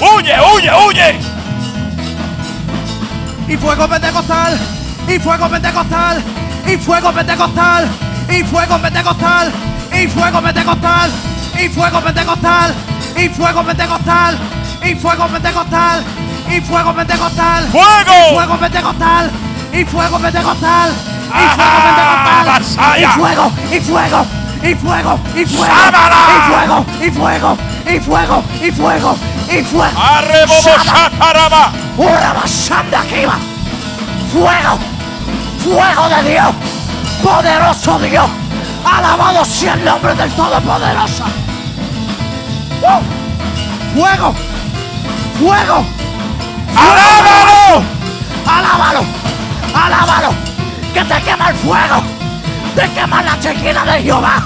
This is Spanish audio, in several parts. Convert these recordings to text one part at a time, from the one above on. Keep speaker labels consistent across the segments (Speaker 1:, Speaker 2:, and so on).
Speaker 1: ¡Huye, huye, huye!
Speaker 2: y fuego pentecostal, y fuego pentecostal, y fuego pentecostal, y fuego pentecostal, y fuego pentecostal, y fuego pentecostal, y fuego pentecostal, y fuego pentecostal, y fuego pentecostal,
Speaker 1: ¡Fuego!
Speaker 2: fuego pentecostal, y fuego pentecostal, y fuego
Speaker 1: ¡Ah,
Speaker 2: pentecostal, y
Speaker 1: vasalla!
Speaker 2: fuego, y fuego, y fuego, y fuego,
Speaker 1: ¡Sábala!
Speaker 2: y fuego, y fuego, y fuego, y fuego, y fuego.
Speaker 1: ¡Arrebobo
Speaker 2: ¡Sábala!
Speaker 1: sataraba!
Speaker 2: ¡Una basanda aquí va! ¡Fuego! ¡Fuego de Dios! ¡Poderoso Dios! ¡Alabado sea el nombre del Todopoderoso! ¡Uh! ¡Fuego! ¡Fuego!
Speaker 1: ¡Alábalo!
Speaker 2: ¡Alábalo! ¡Alábalo! ¡Que te quema el fuego! ¡Te quema la chequina de Jehová!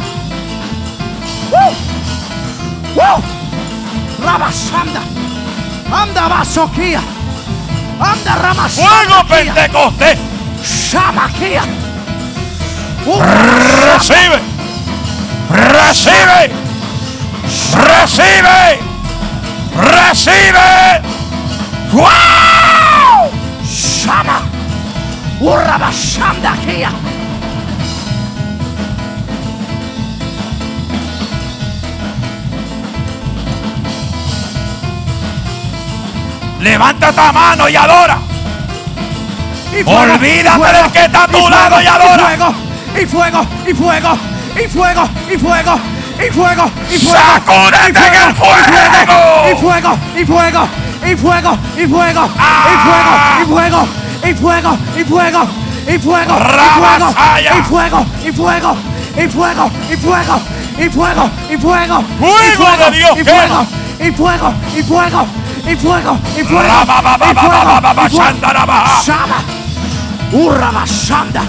Speaker 2: ¡Uh! ¡Uh! ¡Rabasanda! ¡Anda, vasoquía! ¡Anda, ramasanda!
Speaker 1: ¡Fuego
Speaker 2: kia.
Speaker 1: pentecostés!
Speaker 2: ¡Shamaquía! ¡Uh!
Speaker 1: ¡Recibe! ¡Recibe! ¡Recibe! ¡Recibe! ¡Wow!
Speaker 2: ¡Shama! ¡Uh, rabasanda! kia.
Speaker 1: Levanta tu mano y adora.
Speaker 2: y fuego,
Speaker 1: Olvídate
Speaker 2: y fuego,
Speaker 1: del que está a tu
Speaker 2: y fuego,
Speaker 1: lado y adora.
Speaker 2: Y fuego, y fuego, y fuego, y fuego, y fuego, y fuego, y fuego.
Speaker 1: ¡Sacúdete
Speaker 2: y
Speaker 1: en el
Speaker 2: Y fuego, y fuego, y fuego, y fuego,
Speaker 1: Ah.
Speaker 2: y fuego, y fuego, y fuego, y fuego, y fuego,
Speaker 1: Rabasaya.
Speaker 2: y fuego, y fuego, y fuego, y fuego, y fuego, y fuego, y
Speaker 1: Fuego de Dios
Speaker 2: y
Speaker 1: quema.
Speaker 2: fuego, y fuego, y fuego, y fuego, y fuego, y fuego, y fuego.
Speaker 1: Rabababababababashandaraba.
Speaker 2: Shama. Urra basanda.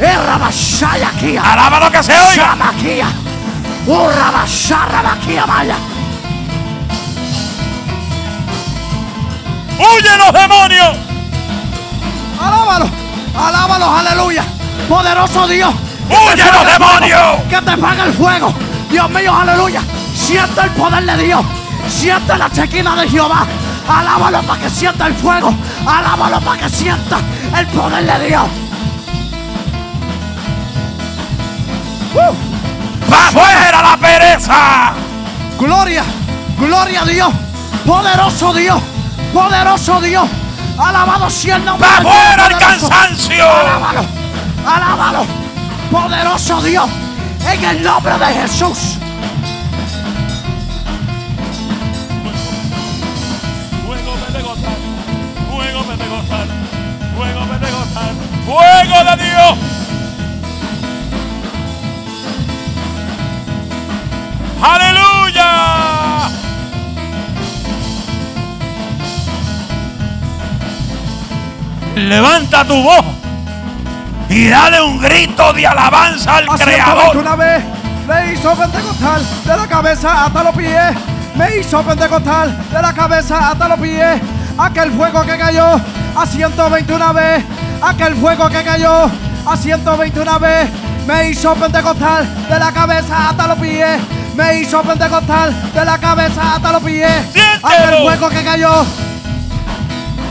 Speaker 2: Erra basaya kia.
Speaker 1: Alaba lo que se oiga.
Speaker 2: Shama kia. Urra basarra bakia maya.
Speaker 1: ¡Huyen los demonios!
Speaker 2: Alábalo. Alábalo, aleluya. Poderoso Dios.
Speaker 1: ¡Huye
Speaker 2: Que te
Speaker 1: los
Speaker 2: apague el fuego.
Speaker 1: demonios!
Speaker 2: Que te pague el fuego. Dios mío, aleluya. Siente el poder de Dios. Siente la chequina de Jehová. Alábalo para que sienta el fuego. Alábalo para que sienta el poder de Dios. ¡Uh!
Speaker 1: ¡Va fuera la pereza!
Speaker 2: Gloria, gloria a Dios, poderoso Dios, poderoso Dios, alabado sea el nombre.
Speaker 1: ¡Va
Speaker 2: del Dios
Speaker 1: fuera el
Speaker 2: poderoso.
Speaker 1: cansancio!
Speaker 2: Alábalo, alábalo, poderoso Dios, en el nombre de Jesús.
Speaker 1: Fuego pentecostal, fuego pentecostal, fuego pentecostal, fuego de Dios. Aleluya. Levanta tu voz y dale un grito de alabanza al
Speaker 3: Asiento que
Speaker 1: Creador.
Speaker 3: una vez me hizo pentecostal de la cabeza hasta los pies. Me hizo pentecostal de la cabeza hasta los pies. Aquel fuego que cayó a 121 vez. Aquel fuego que cayó a 121 vez. Me hizo pentecostal de la cabeza hasta los pies. Me hizo pentecostal de la cabeza hasta los pies.
Speaker 1: Siéntelo.
Speaker 3: Aquel fuego que cayó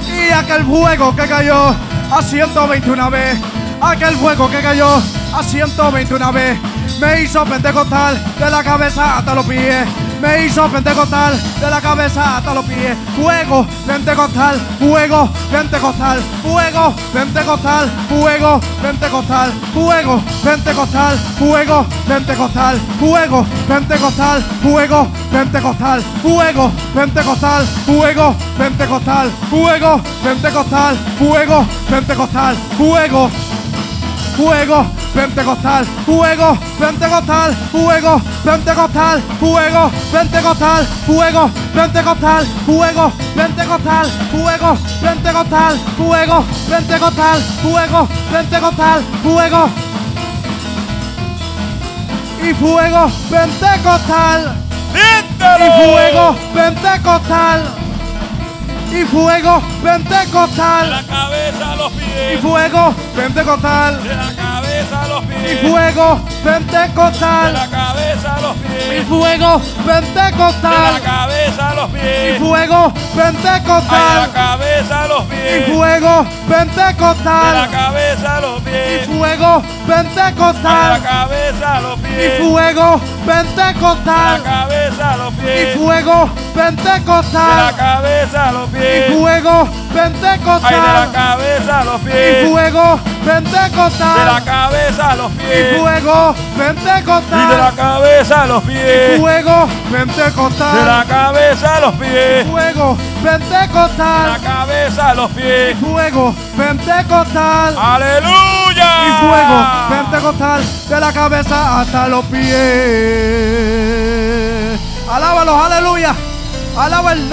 Speaker 3: y aquel fuego que cayó a 121 vez, aquel fuego que cayó a 121 vez, me hizo pentecostal de la cabeza hasta los pies, me hizo pentecostal de la cabeza hasta los pies, fuego pentecostal, fuego pentecostal, fuego pentecostal, fuego pentecostal, fuego pentecostal, fuego pentecostal, fuego pentecostal, fuego pentecostal, fuego pentecostal, fuego pentecostal, fuego pentecostal, fuego pentecostal, fuego fuego pentecostal, fuego pentecostal, fuego pentecostal, fuego pentecostal, fuego pentecostal, fuego pentecostal, fuego pentecostal, fuego pentecostal, fuego pentecostal, fuego y fuego pentecostal y
Speaker 1: Siéntelo.
Speaker 3: fuego pentecostal y fuego
Speaker 1: De
Speaker 3: pentecostal
Speaker 1: la cabeza a los pies.
Speaker 3: y fuego pentecostal
Speaker 1: De la cabeza a los
Speaker 3: y
Speaker 1: pies.
Speaker 3: fuego
Speaker 1: De
Speaker 3: pentecostal
Speaker 1: la cabeza a los
Speaker 3: y
Speaker 1: pies.
Speaker 3: fuego
Speaker 1: De la
Speaker 3: pentecostal
Speaker 1: cabeza a los
Speaker 3: y
Speaker 1: pies.
Speaker 3: fuego
Speaker 2: fuego
Speaker 3: Ay, de la
Speaker 2: pentecostal.
Speaker 3: cabeza a los
Speaker 2: Y
Speaker 3: pies.
Speaker 2: fuego
Speaker 3: De la
Speaker 2: pentecostal.
Speaker 3: cabeza a los
Speaker 2: Y
Speaker 3: pies.
Speaker 2: fuego
Speaker 3: De la
Speaker 2: pentecostal.
Speaker 3: cabeza a los
Speaker 2: Y
Speaker 3: pies. De
Speaker 2: fuego
Speaker 3: la
Speaker 2: pentecostal.
Speaker 3: cabeza a los pies.
Speaker 2: Y fuego
Speaker 3: De la
Speaker 2: pentecostal.
Speaker 3: cabeza a los
Speaker 2: Y
Speaker 3: pies.
Speaker 2: fuego
Speaker 3: Ay, de la
Speaker 2: pentecostal.
Speaker 3: cabeza a los
Speaker 2: Y
Speaker 3: pies.
Speaker 2: fuego
Speaker 3: De la
Speaker 2: pentecostal.
Speaker 3: cabeza a los
Speaker 2: Y
Speaker 3: pies.
Speaker 2: fuego
Speaker 3: Y de la
Speaker 2: pentecostal.
Speaker 3: cabeza
Speaker 2: Fuego pentecostal.
Speaker 3: a los pies. De la cabeza a los pies. De
Speaker 2: Fuego
Speaker 3: la
Speaker 2: pentecostal.
Speaker 3: cabeza a los
Speaker 2: Fuego
Speaker 3: pies.
Speaker 2: pentecostal.
Speaker 3: ¡Aleluya!
Speaker 2: y fuego
Speaker 1: Ah.
Speaker 2: pentecostal de la cabeza hasta los pies. Alábalos, aleluya. Alaba el